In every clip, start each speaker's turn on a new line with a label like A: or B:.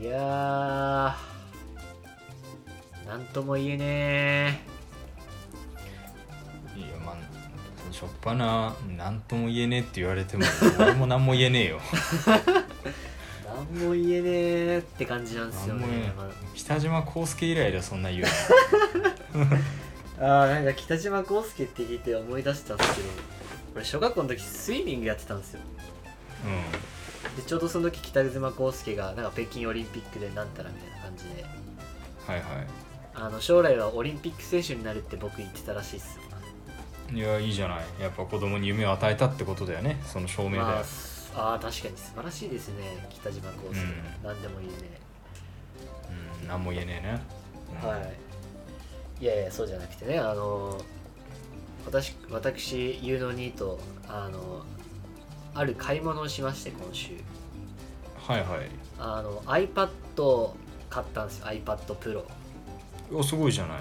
A: いやーなんとも言えね
B: いやまあしょっぱな何とも言えねえって言われても俺も何も言 えねえよ
A: ーなんも言えねーって感じなんですよ
B: 何も言えね
A: ね
B: え、北島康介以来だそんな言うの
A: ああなんか北島康介って聞いて思い出したんですけど俺小学校の時スイミングやってたんですよでちょうどその時北島康介がなんか北京オリンピックでなんたらみたいな感じで
B: うんはいは
A: あの将来はオリンピック選手になるって僕言ってたらしいっす
B: いいやいいじゃないやっぱ子供に夢を与えたってことだよねその証明だよ、
A: まあすあー確かに素晴らしいですね北島康介、
B: うん
A: 何でもいいね、
B: うん何も言えねえね、うん
A: はいいやいやそうじゃなくてねあの私私ユーノニーとあのある買い物をしまして今週
B: はいはい
A: あの iPad を買ったんですよ iPad Pro
B: おすごいじゃない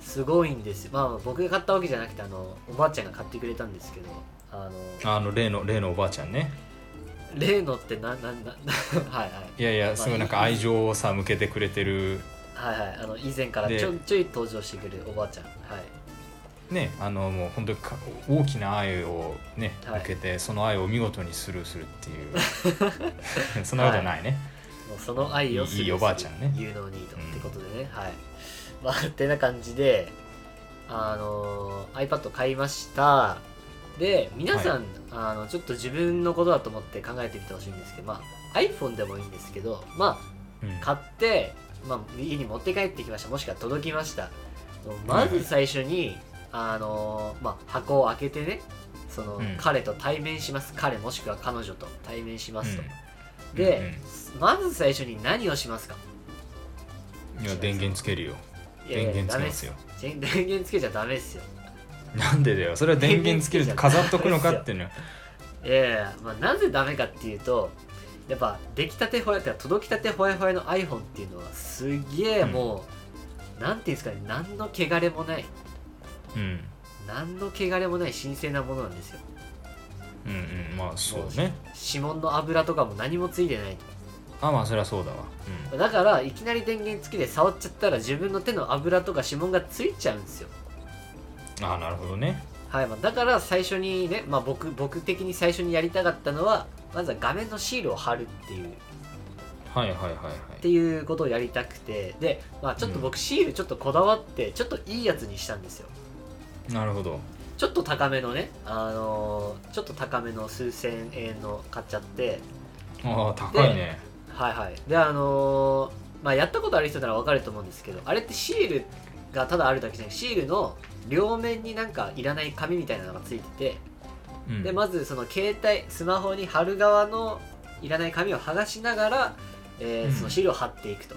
A: すごいんですよまあ僕が買ったわけじゃなくてあのおばあちゃんが買ってくれたんですけどあの
B: あの例の例のおばあちゃんね
A: 例のってな ななはいはい
B: いやいやすごいなんか愛情をさ向けてくれてる
A: はいはいあの以前から
B: で
A: ちょちょい登場してくるおばあちゃんはい
B: ねあのもう本当にか大きな愛をね
A: はい
B: 受けて、その愛を見事にスルーするっていう そんなことはないね、
A: もうその愛を
B: いいいいおばあちゃんね
A: 有能ニードってことでね、はい まあってな感じであのー iPad 買いましたで皆さん、あのちょっと自分のことだと思って考えてみてほしいんですけどまあ iPhone でもいいんですけどまあ
B: うん
A: 買って、まあ、家に持って帰ってきましたもしくは届きましたもうまず最初に、あのーまあ、箱を開けてねその、
B: うん
A: 彼と対面します彼もしくは彼女と対面しますと、
B: うん
A: で、まず最初に何をしますか
B: うんいや電源つけるよ
A: いやいや
B: 電源つけます
A: ダ
B: よ
A: メっす電 電源つけちゃダメですよ
B: なんでだよそれは電源つけると飾っとくのかっていうの
A: いやいや、まあ、なぜダメかっていうとやっぱ出来たてほやってか届きたてほやほやの iPhone っていうのはすげえもう、なんていうんですかね何の汚れもない
B: うん
A: 何の汚れもない神聖なものなんですよ
B: うんうんまあそうね
A: 指紋の油とかも何もついてない
B: あまあそりゃそうだわ、
A: とだからいきなり電源付きで触っちゃったら自分の手の油とか指紋がついちゃうんですよ
B: うん、ああなるほどね
A: はい、まあ、だから最初にね、まあ、僕僕的に最初にやりたかったのはまずは画面のシールを貼るっていうっ
B: はいはいはいは
A: ていうことをやりたくてで、まあ、ちょっと僕シールちょっとこだわってちょっといいやつにしたんですよ
B: いなるほど
A: ちょっと高めのね、あのーちょっと高めの数千円の買っちゃって
B: ああ高いね
A: はいはいであのーまあやったことある人ならわかると思うんですけどあれってシールがただあるだけじゃなくシールの両面になんかいらない紙みたいなのがついてて
B: うん
A: でまずその携帯スマホに貼る側のいらない紙を剥がしながら、えー
B: うん
A: その資料を貼っていくと。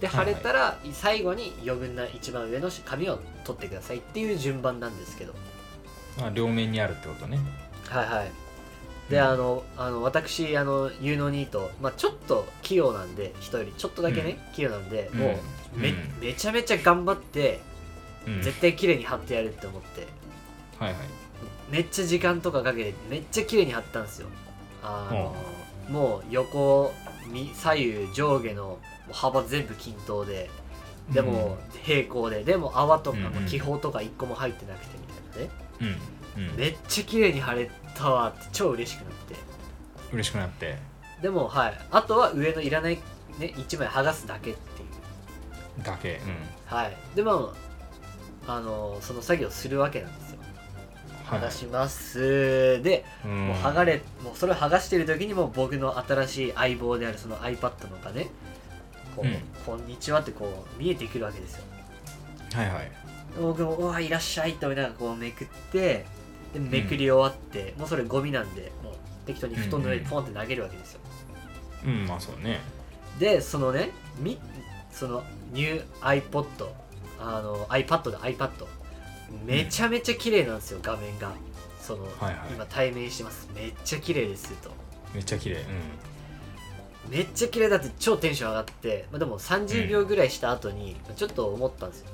A: で
B: は
A: 貼
B: いは
A: れ
B: い
A: たら、最後に余分な一番上の紙を取ってくださいっていう順番なんですけど
B: あ両面にあるってことね
A: はいはいで、
B: うん
A: あのあの私あの有能ニート、まあ、ちょっと器用なんで人よりちょっとだけね、器用なんでもうめ,、
B: うん
A: めちゃめちゃ頑張って
B: うん、うん
A: 絶対綺麗に貼ってやるって思って
B: はいはい
A: めっちゃ時間とかかけてめっちゃ綺麗に貼ったんですよあの、もう横み左右上下のもう幅全部均等ででも平行ででも泡とか
B: うんう
A: も
B: ん
A: 気泡とか一個も入ってなくてみたいなね、
B: うんうん、
A: めっちゃ綺麗に貼れたわって超嬉しくなって
B: 嬉しくなって
A: でもはいあとは上のいらないね1枚剥がすだけっていう
B: だけ
A: はいでまああのその作業するわけなんですよ
B: うん
A: 剥
B: は
A: がしますで
B: い、
A: もう剥がれもうそれを剥がしてる時にもう僕の新しい相棒であるその iPad のがねこう、
B: うん
A: こんにちはってこう見えてくるわけですよ
B: はいはい
A: で僕も「うわいらっしゃい」って思いながらこうめくってでめくり終わって、もうそれゴミなんでもう適当に布団の上にポンって投げるわけですよ、
B: うんまあそうね
A: でそのねみそのニュー iPod あの iPad だ iPad めちゃめちゃ綺麗なんですよ画面がその、
B: はいはい
A: 今対面してますめっちゃ綺麗ですと
B: めっちゃ綺麗
A: めっちゃ綺麗だって超テンション上がって、まあ、でも30秒ぐらいした後にちょっと思ったんですよ、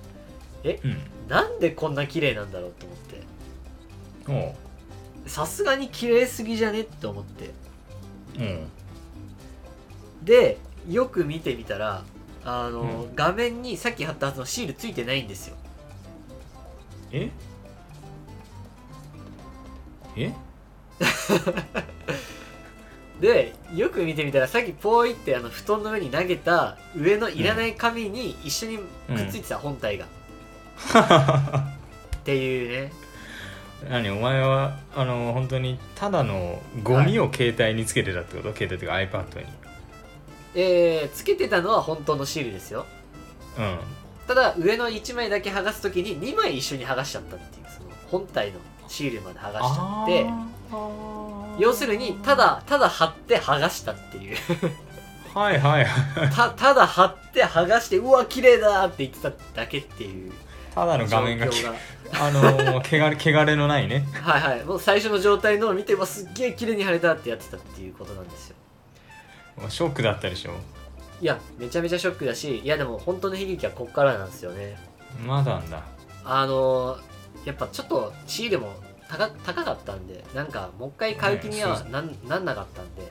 B: うん
A: なんでこんな綺麗なんだろうと思って
B: うんおう
A: さすがに綺麗すぎじゃねって思って
B: うん
A: でよく見てみたらあの、
B: う
A: 画面にさっき貼ったはずのシールついてないんですよ
B: ええ
A: でよく見てみたらさっきポーイってあの布団の上に投げた上のいらない紙に一緒にくっついてた、本体がっていうね
B: 何お前はあの本当にただのゴミを携帯につけてたってこと、携帯というか iPad に
A: えー、つけてたのは本当のシールですよ
B: うん
A: ただ上の1枚だけ剥がす時に2枚一緒に剥がしちゃったっていうその本体のシールまで剥がしちゃって要するにただただ貼って剥がしたって いう
B: はいはいはい
A: たただ貼って剥がしてうわ綺麗だって言ってただけっていう
B: ただ
A: 状
B: の画面が
A: 況が
B: あの汚れ汚れのないね
A: はいはいもう最初の状態のを見てますっげえ綺麗に貼れたってやってたっていうことなんですよ
B: ショックだったでしょ
A: いやめちゃめちゃショックだしいやでも本当の悲劇はこっからなんですよね
B: まだなんだ
A: あのーやっぱちょっと仕入れも高高かったんでなんかもう一回買う気には
B: ね
A: なん,、なんなかったんで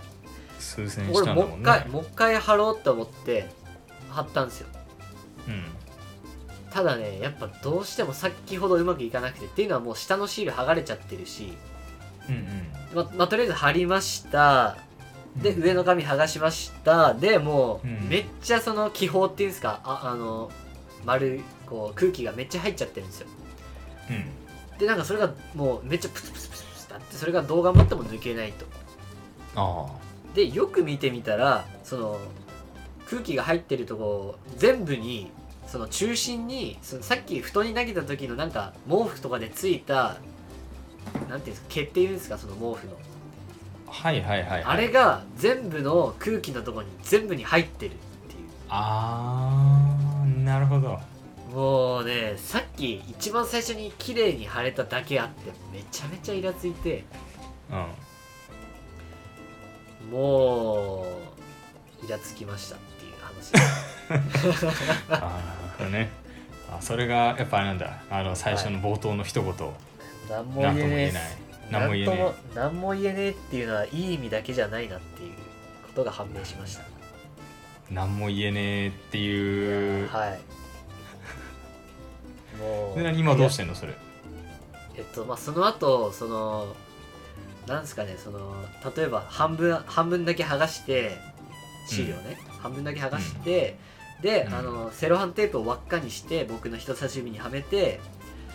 B: 数千円し
A: 俺
B: たんだ
A: も
B: も
A: うん一
B: ね
A: 回もう一回貼ろうと思って貼ったんですよ
B: うん
A: ただねやっぱどうしてもさっきほどうまくいかなくてっていうのはもう下のシール剥がれちゃってるし
B: うん
A: ままあとりあえず貼りました
B: うん
A: で上の紙剥がしましたでもう
B: うん
A: めっちゃその気泡っていうんですかああの丸いこう空気がめっちゃ入っちゃってるんですよ
B: うん
A: でなんかそれがもうめっちゃプツプツプツプツってあってそれがどう頑張っても抜けないと
B: あ
A: でよく見てみたらその空気が入ってるとこ全部にその中心にそのさっき布団に投げた時のなんか毛布とかでついたなんていうんですか毛っていうんですかその毛布の
B: あはいはいはい、はい、
A: あれが全部の空気のとこに全部に入ってるっていう
B: あーなるほど
A: もうねさっき一番最初に綺麗に貼れただけあってめちゃめちゃイラついて
B: うん
A: もうイラつきましたっていう話
B: あーこれねあそれがやっぱあれなんだあの最初の冒頭の一言、
A: 何も
B: なんとも
A: 言えねえっ
B: 言えない
A: す
B: 何も言え
A: な
B: ねえ
A: んとも何も言えねえっていうのはいい意味だけじゃないなっていうことが判明しました
B: 何も言えねえっていう
A: はいもう
B: で何今どうしてんのそれ
A: えっとまあその後そのなんですかねその例えば半分半分だけ剥がしてシールをね、半分だけ剥がして、で、
B: うん
A: あのセロハンテープを輪っかにして僕の人差し指にはめて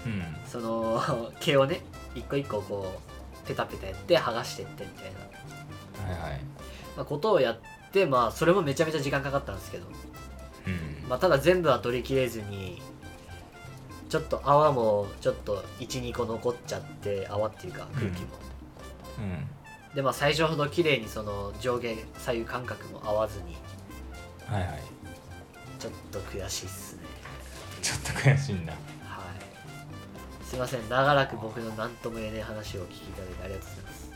B: うん
A: その 毛をね一個一個こうペタペタやって剥がしてってみたいな、
B: はいはい
A: まあ、ことをやってまあそれもめちゃめちゃ時間かかったんですけど、
B: うん
A: まあ、ただ全部は取り切れずにちょっと泡もちょっと12個残っちゃって泡っていうか空気も、
B: うん
A: でまあ最初ほど綺麗にその上下左右間隔も合わずに
B: はいはい
A: ちょっと悔しいっすね
B: ちょっと悔しいんだ
A: はいすいません長らく僕の何とも言えない話をお聞きいただいてありがとうございます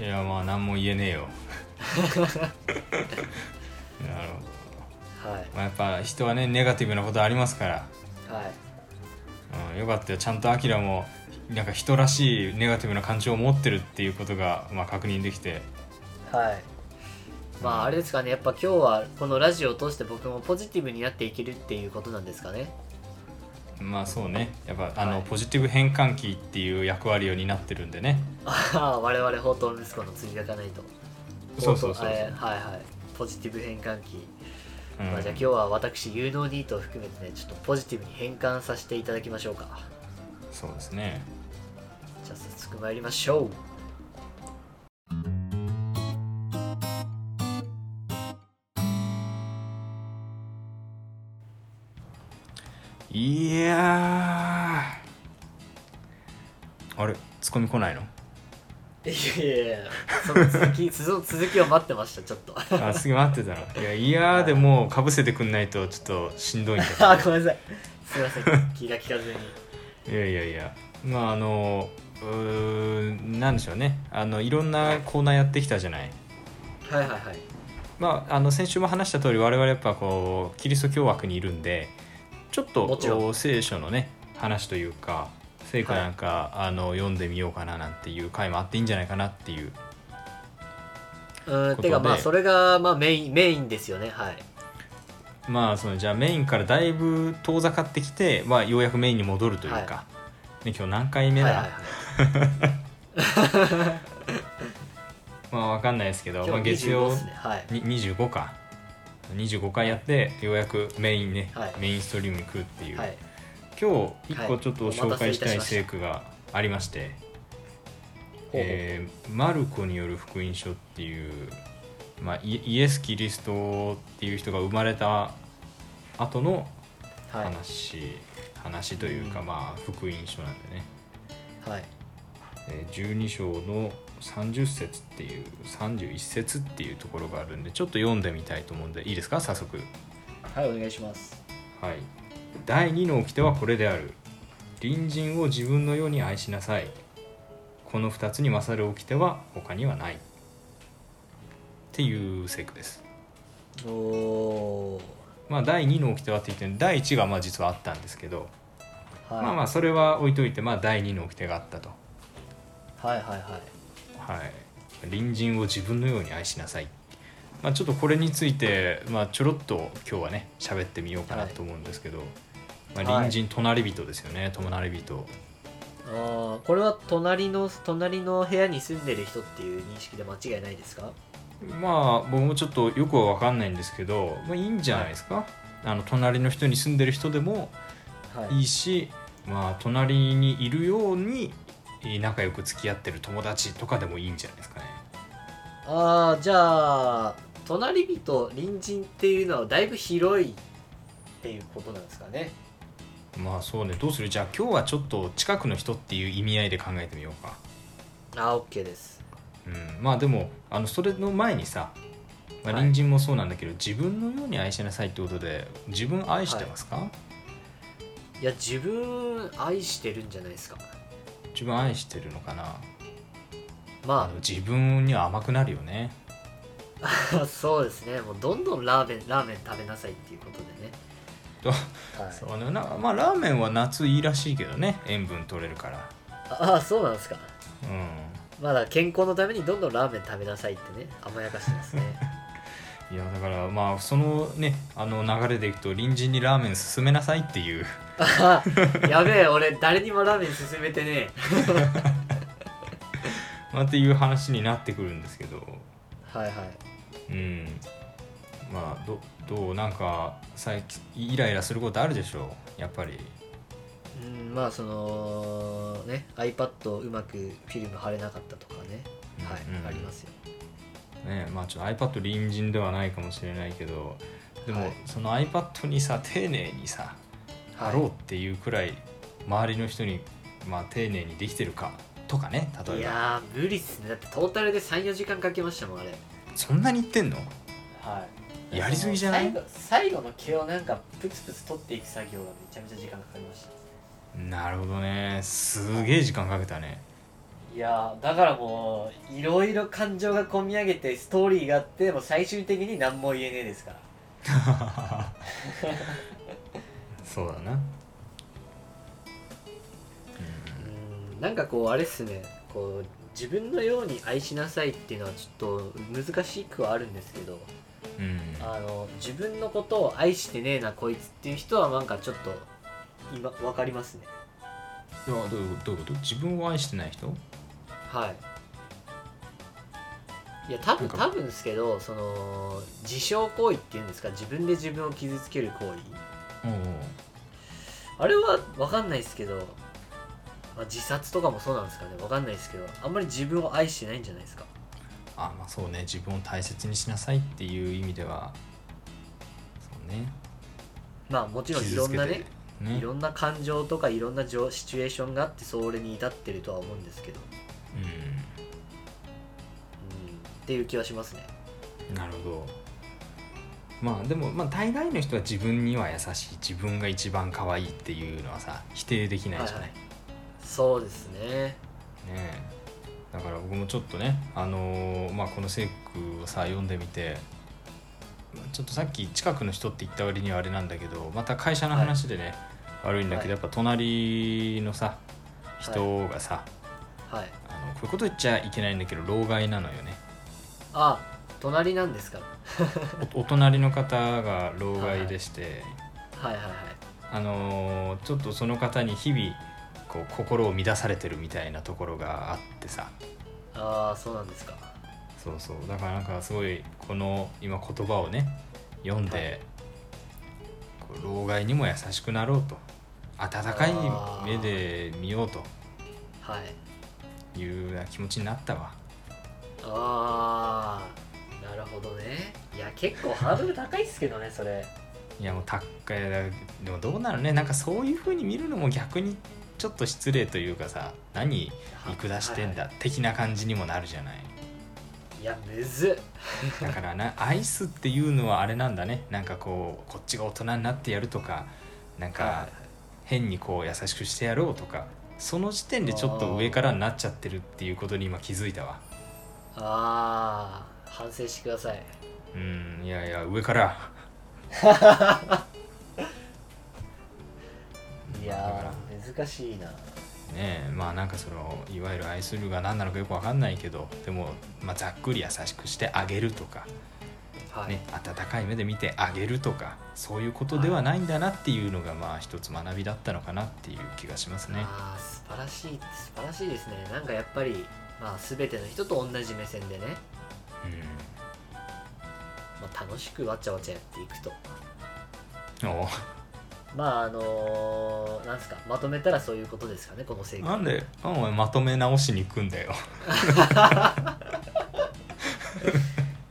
B: いやまあ何も言えね えよ なるほど、
A: はい
B: まあ、やっぱ人はねネガティブなことありますから、
A: はい
B: うん、よかったよちゃんとアキラもなんか人らしいネガティブな感情を持ってるっていうことが、まあ、確認できて
A: はいまああれですかねやっぱ今日はこのラジオを通して僕もポジティブになっていけるっていうことなんですかね
B: まあそうねやっぱあの、
A: はい
B: ポジティブ変換器っていう役割を担ってるんでね
A: ああ我々放蕩息子の次がかないと
B: そうそう
A: 放
B: そうそう
A: 蕩えーはいはいポジティブ変換器、
B: うん
A: まあ、じゃあ今日は私有能ニートを含めてねちょっとポジティブに変換させていただきましょうか
B: そうですね
A: じゃあ早速参りましょう
B: いやーあれツッコミ来ないの
A: いやいやいやその続きその続きを待ってましたちょっと
B: あ次待ってたのいやいやーでもかぶせてくんないとちょっとしんど いんだけ ど
A: あごめんなさいすいません気が利かずに
B: いやいやいやまああのうーんなんでしょうねあのいろんなコーナーやってきたじゃない
A: はいはいはい
B: まああの先週も話した通り我々やっぱこうキリスト教枠にいるんでちょっと
A: もちろん
B: こう聖書のね話というか聖歌なんか、あの読んでみようかななんていう回もあっていいんじゃないかなっていう
A: うん
B: こと
A: て
B: で
A: かまあそれがまあメインメインですよねはい
B: まあそのじゃあメインからだいぶ遠ざかってきて、まあ、ようやくメインに戻るというか、
A: は
B: ね、今日何回目だ、
A: はいはいはい
B: まあわかんないですけど、ま
A: 今
B: あ、
A: 日
B: 月
A: 25
B: 曜
A: っすねはい
B: に25か25回やってようやくメインね、
A: はい
B: メインストリームに来るっていう、
A: はい
B: 今日一個ちょっと
A: はいお
B: 紹
A: 待たせ
B: 介
A: い
B: したた
A: し
B: い
A: ました
B: 聖句がありまして「
A: ほうほう
B: えーマルコによる福音書」っていう、まあ、イイエス・キリストっていう人が生まれた後の
A: はい
B: 話、話というか、
A: うん
B: まあ福音書なんでね、
A: はい
B: えー12章の30節っていう31節っていうところがあるんでちょっと読んでみたいと思うんでいいですか早速。
A: はいお願いします
B: はい、第2の掟はこれである隣人を自分のように愛しなさいこの2つに勝る掟は他にはないっていう聖句です
A: おお
B: まあ第2の掟はって言ってる第1がまあ実はあったんですけど、
A: ーはい
B: まあまあそれは置いといてまあ第2の掟があったと
A: はいはいはい
B: はい隣人を自分のように愛しなさいまあちょっとこれについてまあちょろっと今日はね喋ってみようかなと思うんですけど、まあ、隣人隣人ですよね隣人
A: ああこれは隣の隣の部屋に住んでる人っていう認識で間違いないですか
B: まあ僕もちょっとよくは分かんないんですけど、まあ、いいんじゃないですか、あの隣の人に住んでる人でも
A: はい
B: いいし、まあ、隣にいるようにえー仲良く付き合ってる友達とかでもいいんじゃないですかね
A: ああじゃあ隣人隣人っていうのはだいぶ広いっていうことなんですかね
B: まあそうねどうするじゃあ今日はちょっと近くの人っていう意味合いで考えてみようか、
A: ああ OK です
B: うん、まあでもあのそれの前にさ、ま
A: は
B: あ、
A: い
B: 隣人もそうなんだけど、自分のように愛しなさいってことで自分愛してますか、
A: いや自分愛してるんじゃないですか
B: 自分愛してるのかなあ
A: ま
B: の自分には甘くなるよね
A: あそうですねもうどんどんラーメンラーメン食べなさいっていうことでね
B: と
A: はい、
B: そうねなまあラーメンは夏いいらしいけどね塩分取れるから
A: ああそうなんですか
B: う
A: まだ健康のためにどんどんラーメン食べなさいってね甘やかして ますね
B: んいやだからまあそのねあの流れでいくと隣人にラーメン勧めなさいっていう
A: ああやべえ俺誰にもラーメン勧めてね
B: まあっていう話になってくるんですけど
A: えはいはい
B: うんまあどどうなんか最近イライラすることあるでしょうやっぱり
A: うんまあそのね iPad をうまくフィルム貼れなかったとかねはい、
B: うん
A: ありますよ
B: ねまあちょっと iPad 隣人ではないかもしれないけどでも、
A: はい
B: その iPad にさ丁寧にさ
A: はい
B: 貼ろうっていうくらい周りの人に、まあ、丁寧にできてるかとかね例
A: い
B: えば
A: やー無理っすねだってトータルで34時間かけましたもんあれ
B: そんなに言ってんの
A: はい
B: やりすぎじゃない
A: 最後最後の毛をなんかプツプツ取っていく作業がめちゃめちゃ時間かかりました
B: なるほどねすげえ時間かけたね
A: いやーだからもういろいろ感情が込み上げてストーリーがあってもう最終的に何も言えねえですから
B: そうだな
A: うんなんかこうあれっすねこう自分のように愛しなさいっていうのはちょっと難しくはあるんですけど
B: うん、うん
A: あの自分のことを愛してねえなこいつっていう人はなんかちょっと今分かりますね
B: いやどういうどういうこと自分を愛してない人
A: はいいや多分
B: なん
A: 多
B: か
A: 分ですけどその自傷行為っていうんですか自分で自分を傷つける行為
B: おうおう
A: あれは分かんないですけど、まあ、自殺とかもそうなんですかね分かんないですけどあんまり自分を愛してないんじゃないですか
B: あまあそうね自分を大切にしなさいっていう意味ではそうね
A: まあもちろんい
B: 傷
A: ろ
B: つ
A: ん
B: け
A: な
B: て
A: ね
B: ね
A: いろんな感情とかいろんなじょシチュエーションがあってそれに至ってるとは思うんですけど、うん、っていう気はしますね
B: うんなるほどまあでも、まあ、大概の人は自分には優しい自分が一番可愛いっていうのはさ否定できないじゃない、
A: はいそうですね
B: ねえだから僕もちょっとね、あのーまあ、この聖句をさ読んでみてまあちょっとさっき近くの人って言った割にはあれなんだけどまた会社の話でね、悪いんだけど、
A: はい
B: やっぱ隣のさ人がさ、
A: はい
B: あのこういうこと言っちゃいけないんだけど老害なのよね
A: あ隣なんですから
B: おお隣の方が老害でして、
A: はいはいはい
B: あのーちょっとその方に日々こう心を乱されてるみたいなところがあってさ
A: ああそうなんですか
B: そうそうだからなんかすごいこの今言葉をね読んで、
A: はい
B: こう老害にも優しくなろうと温かい
A: あー
B: 目で見ようと
A: はい
B: いうような気持ちになったわ
A: ああなるほどねいや結構ハードル高いっすけどねそれ
B: いやもうたっかいやでもどうなのねなんかそういう風に見るのも逆にちょっと失礼というかさ何見下してん
A: はいは
B: だ的な感じにもなるじゃない
A: い、いやむずっ
B: だからな愛すっていうのはあれなんだねなんかこうこっちが大人になってやるとかなんか変にこう優しくしてやろうとかその時点でちょっと上からになっちゃってるっていうことに今気づいたわ
A: ああ反省してください
B: うんいやいや上から
A: い
B: だか
A: やー難しいな
B: ねえまあなんかそのいわゆる愛するが何なのかよくわかんないけどでも、まあ、ざっくり優しくしてあげるとか、
A: はい、
B: ね、温かい目で見てあげるとかそういうことではないんだなっていうのがまあ一つ学びだったのかなっていう気がしますね。
A: ああ素晴らしい素晴らしいですねなんかやっぱりまあ全ての人と同じ目線でね、
B: う
A: まあ、楽しくわちゃわちゃやっていくと
B: ん、お
A: まああのーなんですかまとめたらそういうことですかねこの成果
B: なんでお前まとめ直しに行くんだよ。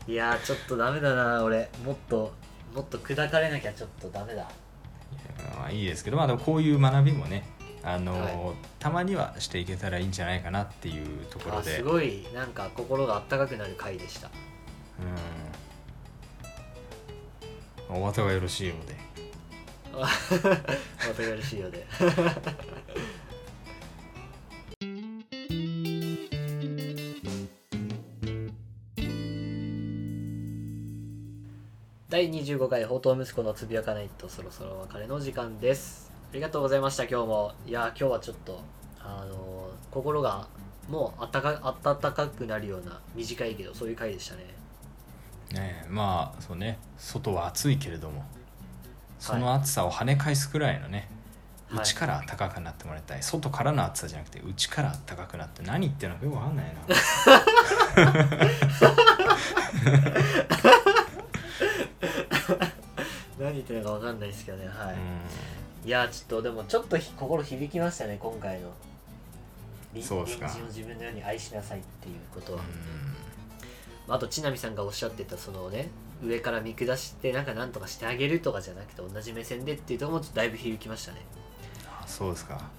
A: いやーちょっとダメだな俺もっともっと砕かれなきゃちょっとダメだ
B: まあいいですけどまあでもこういう学びもねあの、
A: は
B: たまにはしていけたらいいんじゃないかなっていうところ
A: あ
B: で。
A: すごいなんか心があったかくなる回でした
B: うん。お後がよろしいようで。
A: あまたよろしいようで 第25回放蕩息子のつぶやかないとそろそろお別れの時間ですありがとうございました今日もいやー今日はちょっとあのー心がもうあったか暖かくなるような短いけどそういう回でしたね
B: ねえまあそうね外は暑いけれどもその暑さを跳ね返すくらいのね、
A: はい
B: 内から暖かくなってもらいたい外からの暑さじゃなくて内から暖かくなって何言ってるのかよくわかんないな
A: 何言ってるか分かんないですけどねはい、
B: う
A: いやーちょっとでもちょっとひ心響きましたね今回のり
B: そうですか
A: 隣人を自分のように愛しなさいっていうことは、
B: んうん
A: あとちなみさんがおっしゃってたそのね上から見下してなんかなんとかしてあげるとかじゃなくて同じ目線でっていうところもちょっとだいぶ響きましたね
B: あそうですか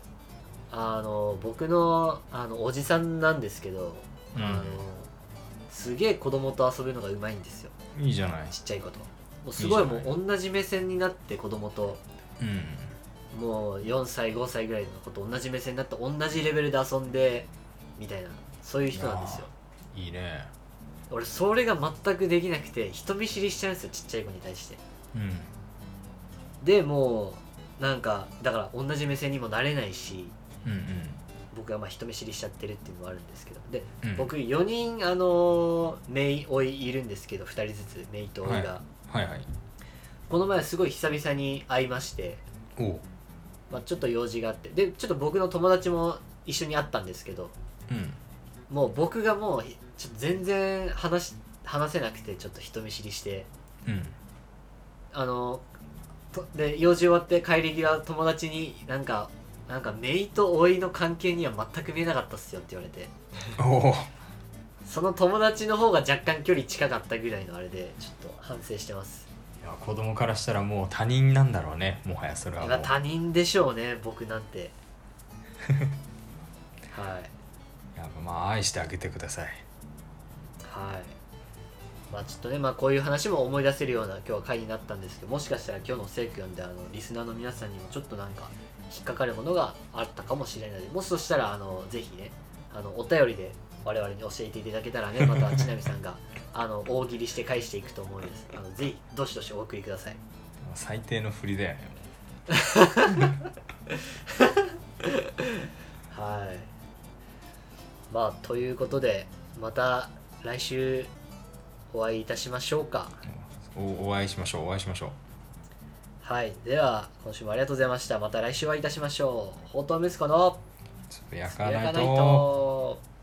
A: あの僕のあのおじさんなんですけど、
B: うん
A: あのすげえ子供と遊ぶのがうまいんですよ
B: いいじゃない
A: ちっちゃいこともうすごいも
B: いいじゃ
A: う同じ目線になって子供と
B: うん
A: もう4歳5歳ぐらいの子と同じ目線になって同じレベルで遊んでみたいなそういう人なんですよ
B: いいね
A: 俺それが全くできなくて人見知りしちゃうんですよちっちゃい子に対して
B: うん
A: でもうなんかだから同じ目線にもなれないし
B: うん
A: 僕はまあ人見知りしちゃってるっていうのもあるんですけどで
B: うんうん
A: 僕4人あの姪甥いるんですけど2人ずつ姪と甥が、
B: はいはい
A: この前すごい久々に会いまして、
B: おう
A: まあ、ちょっと用事があってでちょっと僕の友達も一緒に会ったんですけど
B: うん
A: もう僕がもうちょっと全然話し話せなくてちょっと人見知りして
B: うん
A: あのとで用事終わって帰り際友達になんかなんか姪と甥の関係には全く見えなかったっすよって言われて
B: おう
A: その友達の方が若干距離近かったぐらいのあれでちょっと反省してます
B: いや子供からしたらもう他人なんだろうねもはやそれはも
A: 今
B: う
A: 他人でしょうね僕なんてはい
B: やっぱまあ愛してあげてください
A: はい。まあちょっとね、まあこういう話も思い出せるような今日は回になったんですけど、もしかしたら今日の聖君であのリスナーの皆さんにもちょっとなんか引っかかるものがあったかもしれないので、もしそしたらあのぜひね、あのお便りで我々に教えていただけたらね、またちなみさんがあの大喜利して返していくと思うんです。あのぜひどしどしお送りください。
B: 最低の振りだよね
A: はい。まあということでまた来週お会いいたしましょうか
B: おお会いしましょうお会いしましょう
A: はいでは今週もありがとうございましたまた来週お会いいたしましょう放蕩息子の
B: つぶや
A: つぶ
B: か
A: や
B: な
A: か
B: い
A: ない
B: と
A: と